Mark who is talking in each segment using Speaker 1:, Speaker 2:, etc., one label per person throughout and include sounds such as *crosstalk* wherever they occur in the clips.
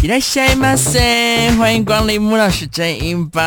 Speaker 1: 起来下一马塞，欢迎光临穆老师正音班。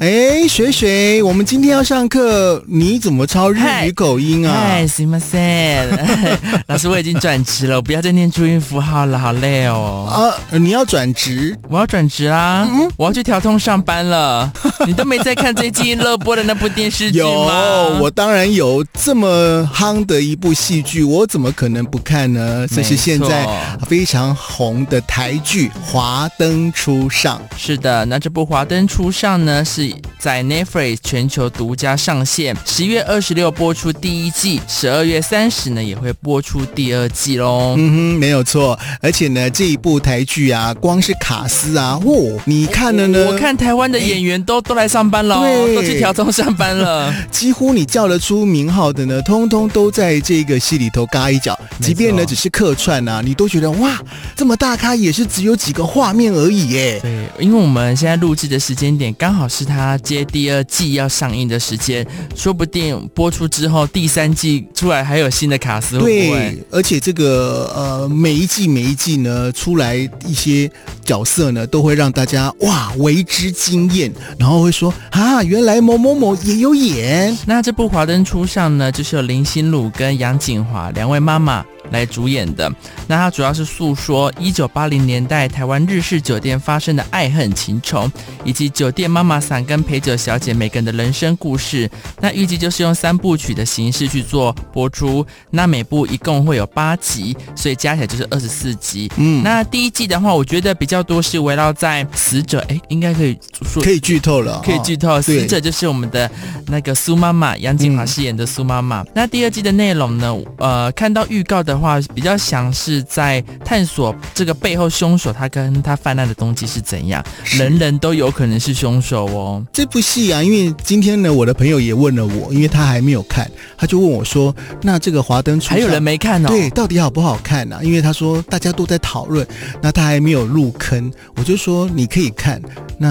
Speaker 2: 哎，水水，我们今天要上课，你怎么抄日语口音啊
Speaker 1: 嗨，？すいません， *laughs* 老师我已经转职了，我不要再念注音符号了，好累哦。
Speaker 2: 啊，你要转职？
Speaker 1: 我要转职啦，
Speaker 2: 嗯
Speaker 1: 我要去调通上班了。你都没在看最近热播的那部电视剧吗？
Speaker 2: 有，我当然有这么夯的一部戏剧，我怎么可能不看呢？这是现在非常红的台剧《华灯初上》。
Speaker 1: 是的，那这部《华灯初上》呢，是在 Netflix 全球独家上线，十一月二十六播出第一季，十二月三十呢也会播出第二季喽。
Speaker 2: 嗯哼，没有错。而且呢，这一部台剧啊，光是卡斯啊，哦，你看了呢？
Speaker 1: 我看台湾的演员都都来上班了哦，
Speaker 2: 对
Speaker 1: 都去调中上班了。
Speaker 2: *laughs* 几乎你叫得出名号的呢，通通都在这个戏里头嘎一脚。
Speaker 1: 没错
Speaker 2: 即便呢只是客串啊，你都觉得哇，这么大咖也是只有几个画面而已耶。
Speaker 1: 对，因为我们现在录制的时间点刚好是他接第二季要上映的时间，说不定播出之后第三季出来还有新的卡司，会不会？
Speaker 2: 对，而且这个呃，每一季每一季呢，出来一些角色呢，都会让大家哇为之惊艳，然后会说啊，原来某某某也有演。
Speaker 1: 那这部《华灯初上》呢，就是由林心如跟杨谨华两位妈妈来主演的。那它主要是诉说一九八零年代台湾日式酒店发生的爱恨情仇，以及酒店妈妈桑跟陪酒小姐每个人的人生故事。那预计就是用三部曲的形式去做播出。那每部一共会有八集，所以加起来就是二十四集。
Speaker 2: 嗯，
Speaker 1: 那第一季的话，我觉得比较多是围绕在死者，哎，应该可以说
Speaker 2: 可以剧透了，哦
Speaker 1: 可以剧透，
Speaker 2: 对
Speaker 1: 死者就是我们的那个苏妈妈，杨景华饰演的苏妈妈。那第二季的内容呢？呃，看到预告的话，比较像是在探索这个背后凶手他跟他犯案的动机是怎样，
Speaker 2: 是
Speaker 1: 人人都有可能是凶手哦。
Speaker 2: 这部戏啊，因为今天呢，我的朋友也问了我，因为他还没有看，他就问我说：“那这个《华灯初上》
Speaker 1: 还有人没看哦？
Speaker 2: 对，到底好不好看呢、啊？”因为他说大家都在讨论，那他还没有入坑，我就说你可以看。那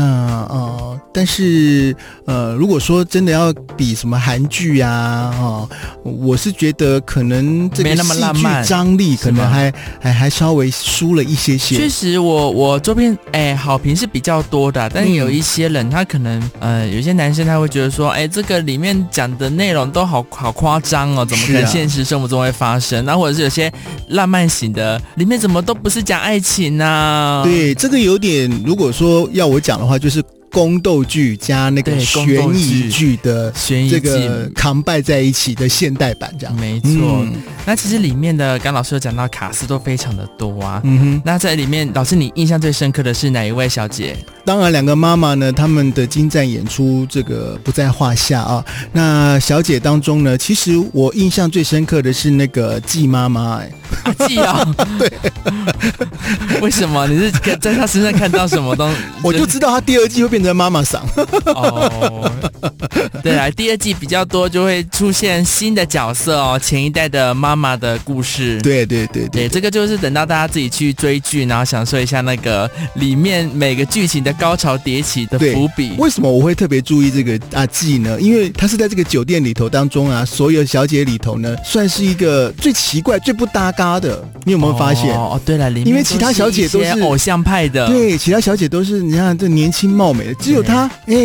Speaker 2: 呃，但是呃，如果说真的要比什么韩剧啊，哦，我是觉得可能这
Speaker 1: 没
Speaker 2: 个
Speaker 1: 那么
Speaker 2: 戏
Speaker 1: 浪
Speaker 2: 剧
Speaker 1: 漫
Speaker 2: 张力
Speaker 1: 是
Speaker 2: 可能
Speaker 1: 吗
Speaker 2: 还还还稍微输了一些
Speaker 1: 确
Speaker 2: 些。
Speaker 1: 实我，我周边哎、好评是比较多的，但有一些人他可能呃有些男生他会觉得说，哎、这个里面讲的内容都好好夸张哦，怎么可
Speaker 2: 是
Speaker 1: 能
Speaker 2: 啊
Speaker 1: 现实生活中会发生？那、或者是有些浪漫型的，里面怎么都不是讲爱情啊呐？
Speaker 2: 对，这个有点，如果说要我讲的话，就是宫斗剧加那个
Speaker 1: 对宫
Speaker 2: 悬
Speaker 1: 斗
Speaker 2: 疑
Speaker 1: 剧
Speaker 2: 剧的
Speaker 1: 悬疑
Speaker 2: 这
Speaker 1: 剧。
Speaker 2: 个 combine 在一起的现代版这样。
Speaker 1: 没错，
Speaker 2: 嗯
Speaker 1: 那其实里面的刚老师有讲到卡斯都非常的多啊。
Speaker 2: 嗯
Speaker 1: 那在里面，老师你印象最深刻的是哪一位小姐？
Speaker 2: 哼，当然两个妈妈呢，他们的精湛演出这个不在话下啊。那小姐当中呢，其实我印象最深刻的是那个季妈妈、哎，
Speaker 1: 阿季
Speaker 2: *laughs*
Speaker 1: 哦，对， *laughs* 为什么？你是在她身上看到什么东西？
Speaker 2: *laughs* 我就知道她第二季会变成妈妈嗓。 *laughs*
Speaker 1: 哦，对啊，第二季比较多就会出现新的角色哦，前一代的妈妈的故事。
Speaker 2: 对对对对
Speaker 1: 对，这个就是等到大家自己去追剧，然后享受一下那个里面每个剧情的高潮迭起的
Speaker 2: 对
Speaker 1: 伏笔。
Speaker 2: 为什么我会特别注意这个阿纪呢？因为她是在这个酒店里头当中啊，所有小姐里头呢，算是一个最奇怪、最不搭嘎的。你有没有发现？
Speaker 1: 哦，哦对了，里面
Speaker 2: 因为其他小姐都是
Speaker 1: 一些偶像派的，
Speaker 2: 对，其他小姐都是你看这年轻貌美的，只有
Speaker 1: 对
Speaker 2: 她哎、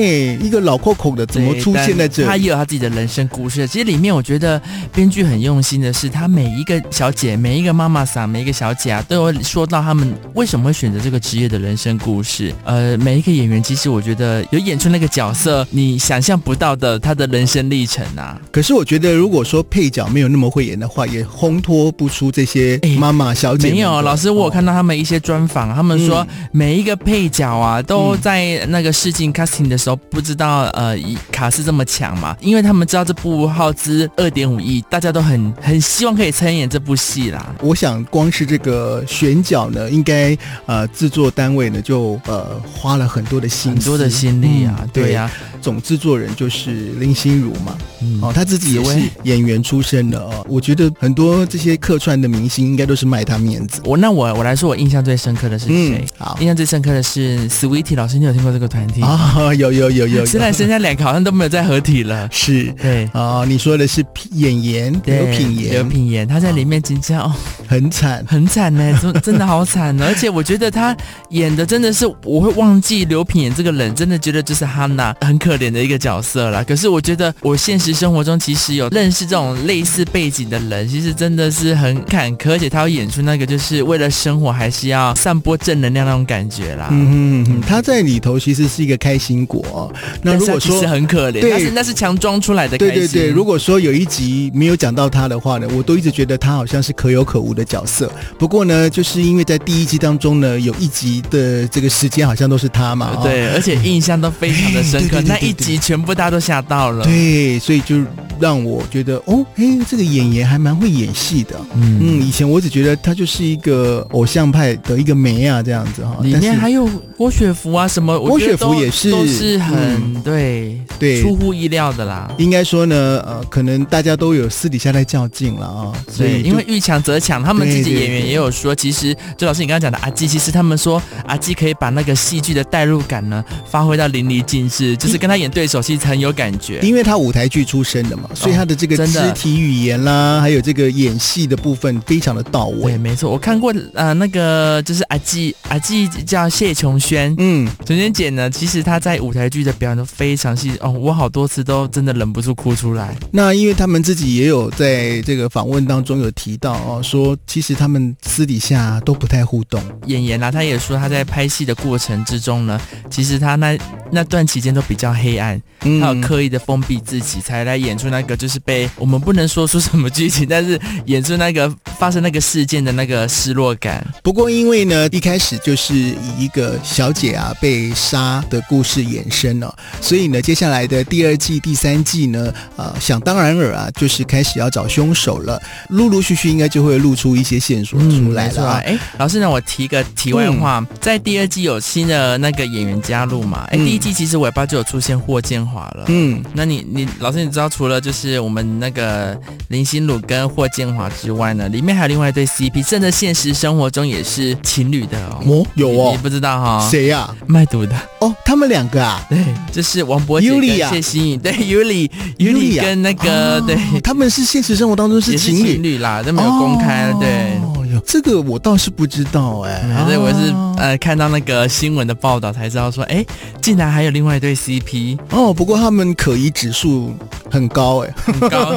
Speaker 2: 一个老扣口的，怎么
Speaker 1: 对
Speaker 2: 出现在
Speaker 1: 但
Speaker 2: 这
Speaker 1: 她
Speaker 2: 里？
Speaker 1: 也有她自己的人生故事。其实里面我觉得编剧很用心的是，她每一个小姐、每一个妈妈桑、每一个小姐啊，都有说到她们为什么会选择这个职业的人生故事。呃，每一个演员其实我觉得有演出那个角色，你想象不到的她的人生历程啊。
Speaker 2: 可是我觉得，如果说配角没有那么会演的话，也烘托不出这些
Speaker 1: 哎
Speaker 2: 妈妈小姐、
Speaker 1: 没有，老师，我
Speaker 2: 哦
Speaker 1: 有看到他们一些专访，啊他们说
Speaker 2: 嗯
Speaker 1: 每一个配角啊，都在那个试镜 casting 的时候，不知道呃以卡斯这么强嘛，因为他们知道这部耗资二点五亿，大家都很很希望可以参演这部戏啦。
Speaker 2: 我想光是这个选角呢，应该呃制作单位呢就呃花了很多的心
Speaker 1: 很
Speaker 2: 思，
Speaker 1: 多的心力啊，
Speaker 2: 嗯
Speaker 1: 对呀、
Speaker 2: 总制作人就是林心如嘛，
Speaker 1: 嗯
Speaker 2: 哦，她自己也
Speaker 1: 紫
Speaker 2: 是
Speaker 1: 薇
Speaker 2: 演员出身的哦。我觉得很多这些客串的明星应该都是卖她面子。嗯
Speaker 1: 我那我我来说，我印象最深刻的是谁？，哎
Speaker 2: 好
Speaker 1: 印象最深刻的是 Sweetie 老师，你有听过这个团体？
Speaker 2: 啊，有有有有有， *laughs*
Speaker 1: 虽然剩下两个好像都没有再合体了。
Speaker 2: 是
Speaker 1: 对，
Speaker 2: 啊、你说的是品演员
Speaker 1: 对
Speaker 2: 刘品
Speaker 1: 刘
Speaker 2: 言，啊
Speaker 1: 品言，他在里面真叫、哦、
Speaker 2: 很惨。
Speaker 1: 很惨呢，
Speaker 2: *laughs*
Speaker 1: 真真的好惨呢。而且我觉得他演的真的是，我会忘记刘品言这个人，真的觉得就是哈娜很可怜的一个角色啦。可是我觉得我现实生活中其实有认识这种类似背景的人，其实真的是很坎坷，而且他要演出那个就是为了生活还是要散播正能量那种感觉啦。
Speaker 2: 嗯嗯嗯，他在里头其实是一个开心果哦。那
Speaker 1: 但
Speaker 2: 如
Speaker 1: 是他
Speaker 2: 果
Speaker 1: 其
Speaker 2: 说
Speaker 1: 实很可怜，
Speaker 2: 对
Speaker 1: 但是那是强装出来的
Speaker 2: 对
Speaker 1: 开心。
Speaker 2: 对对，如果说有一集没有讲到他的话呢，我都一直觉得他好像是可有可无的角色。不过呢，就是因为在第一季当中呢，有一集的这个时间好像都是他嘛、
Speaker 1: 呃
Speaker 2: 哦，
Speaker 1: 对，而且印象都非常的深刻，
Speaker 2: 哎对对对对
Speaker 1: 那一集全部大家都吓到了。
Speaker 2: 对，所以就让我觉得哦，哎，这个演员还蛮会演戏的。
Speaker 1: 嗯
Speaker 2: 嗯，以前我只觉得他就是一个偶像派的一个美啊这样子哈、
Speaker 1: 哦里
Speaker 2: 但是
Speaker 1: 面还有郭雪芙啊什么，我觉得都
Speaker 2: 郭雪芙也是
Speaker 1: 都是很、
Speaker 2: 嗯
Speaker 1: 对
Speaker 2: 对
Speaker 1: 出乎意料的啦。
Speaker 2: 应该说呢，呃，可能大家都有私底下在较劲了啊、所
Speaker 1: 对，
Speaker 2: 以就
Speaker 1: 因为遇强则强，他们自己
Speaker 2: 对对
Speaker 1: 演员也有说，其实就老师你刚刚讲的阿基，其实他们说阿基可以把那个戏剧的代入感呢发挥到淋漓尽致，就是跟他演对手戏很有感觉。
Speaker 2: 因为他舞台剧出身的嘛，所以他的这个
Speaker 1: 哦真的
Speaker 2: 肢体语言啦，还有这个演戏的部分非常的到
Speaker 1: 对，
Speaker 2: 位。
Speaker 1: 没错，我看过呃那个就是阿基，阿基叫谢琼轩，
Speaker 2: 嗯，
Speaker 1: 陈娟姐呢，其实她在舞台剧的表演都非常细哦，我好多次都真的忍不住哭出来。
Speaker 2: 那因为他们自己也有在这个访问当中有提到哦，说其实他们私底下都不太互动。
Speaker 1: 演员啦、她也说她在拍戏的过程之中呢，其实她那那段期间都比较黑暗，
Speaker 2: 嗯
Speaker 1: 她有刻意的封闭自己，才来演出那个就是被我们不能说出什么剧情，但是演出那个发生那个事件的那个失落感。
Speaker 2: 不过因为呢，一开始就是以一个小姐啊被杀的故事延伸哦，所以呢，接下来的第二季、第三季呢，呃，想当然尔啊，就是开始要找凶手了，陆陆续续应该就会露出一些线索出来
Speaker 1: 没错
Speaker 2: 了、
Speaker 1: 啊
Speaker 2: 啊。
Speaker 1: 哎、嗯老师呢，我提个题外话，在第二季有新的那个演员加入嘛？哎、
Speaker 2: 嗯
Speaker 1: 第一季其实尾巴就有出现霍建华了。
Speaker 2: 嗯，
Speaker 1: 那你你老师，你知道除了就是我们那个林心如跟霍建华之外呢，里面还有另外一对 CP，甚至现实生活中也是情侣的哦。
Speaker 2: 哦，有
Speaker 1: 你啊
Speaker 2: 哦
Speaker 1: 你，不知道哈、
Speaker 2: 谁呀、
Speaker 1: 卖毒的，
Speaker 2: 哦，他们两个啊，
Speaker 1: 对，就是王柏杰
Speaker 2: Yuli
Speaker 1: 跟
Speaker 2: 啊
Speaker 1: 谢欣颖，对，Yuli Yuli
Speaker 2: 啊
Speaker 1: 跟那个、
Speaker 2: 哦
Speaker 1: 对，
Speaker 2: 他们是现实生活当中
Speaker 1: 也
Speaker 2: 是情
Speaker 1: 情
Speaker 2: 侣，
Speaker 1: 侣啦，都没有公开，对。
Speaker 2: 哦哟，这个我倒是不知道哎、
Speaker 1: 对，我是
Speaker 2: 哦
Speaker 1: 呃看到那个新闻的报道才知道说，哎，竟然还有另外一对 CP，
Speaker 2: 哦，不过他们可疑指数很高哎、
Speaker 1: 很高，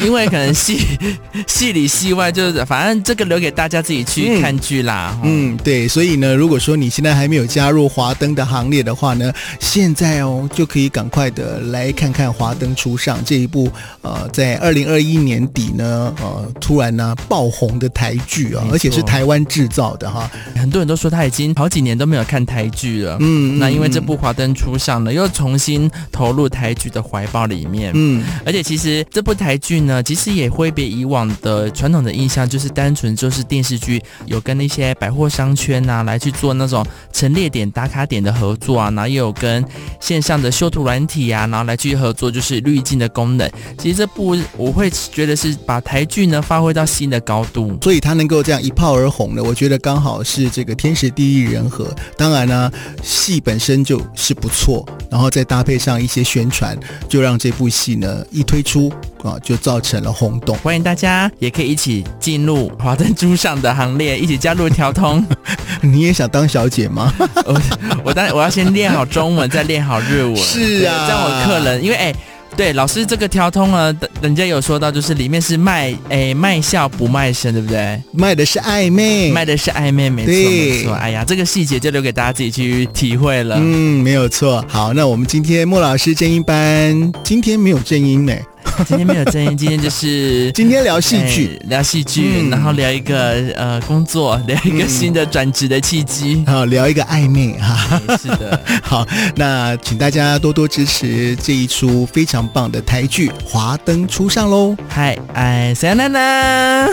Speaker 1: 因为可能戏 *laughs* 戏里戏外就是，反正这个留给大家自己去
Speaker 2: 嗯
Speaker 1: 看剧啦。嗯，
Speaker 2: 嗯，对，所以呢，如果说你现在还没有加入华灯的行列的话呢，现在哦就可以赶快的来看看《华灯初上》这一部呃，在二零二一年底呢，呃，突然呢、爆红的台剧啊、
Speaker 1: 没错
Speaker 2: 而且是台湾制造的哈。
Speaker 1: 很多人都说他已经好几年都没有看台剧了。
Speaker 2: 嗯，
Speaker 1: 那因为这
Speaker 2: 嗯
Speaker 1: 部《华灯初上》呢，又重新投入台剧的怀抱里面，
Speaker 2: 嗯
Speaker 1: 而且其实这部台剧呢，其实也挥别以往的传统的印象，就是单纯就是电视剧有跟那些百货商圈呐、来去做那种陈列点、打卡点的合作啊，然后也有跟线上的修图软体啊，然后来去合作就是滤镜的功能。其实这部我会觉得是把台剧呢发挥到新的高度。
Speaker 2: 所以他能够这样一炮而红呢，我觉得刚好是这个天时地利人和。当然呢、戏本身就是不错，然后再搭配上一些宣传，就让这部戏呢一推出啊，就造成了轰动。 *laughs*
Speaker 1: 欢迎大家也可以一起进入华灯初上的行列，一起加入调通。
Speaker 2: 你也想当小姐吗？
Speaker 1: 我我当然我要先练好中文，再练好日文。
Speaker 2: *laughs* 是
Speaker 1: 对
Speaker 2: 啊
Speaker 1: 这样我客人，因为哎、对老师这个调通呢，人家有说到，就是里面是卖哎、卖笑不卖身，对不对？
Speaker 2: 卖的是暧昧，
Speaker 1: 卖的是暧昧，没错
Speaker 2: 嗯对
Speaker 1: 没错。哎呀，这个细节就留给大家自己去体会了。
Speaker 2: 嗯，没有错。好，那我们今天莫老师正音班今天没有正音呢，
Speaker 1: 今天没有
Speaker 2: *laughs*
Speaker 1: 争议，今天就是。
Speaker 2: 今天聊戏剧。
Speaker 1: 哎聊戏剧，
Speaker 2: 嗯
Speaker 1: 然后聊一个呃工作，聊一个
Speaker 2: 嗯
Speaker 1: 新的转职的契
Speaker 2: *laughs*
Speaker 1: 机。
Speaker 2: 好，聊一个暧昧哈、
Speaker 1: 哎是 *laughs* 的，
Speaker 2: *laughs* 好，那请大家多多支持这一出非常棒的台剧《华灯初上》喽。
Speaker 1: 嗨，哎，谁奶奶？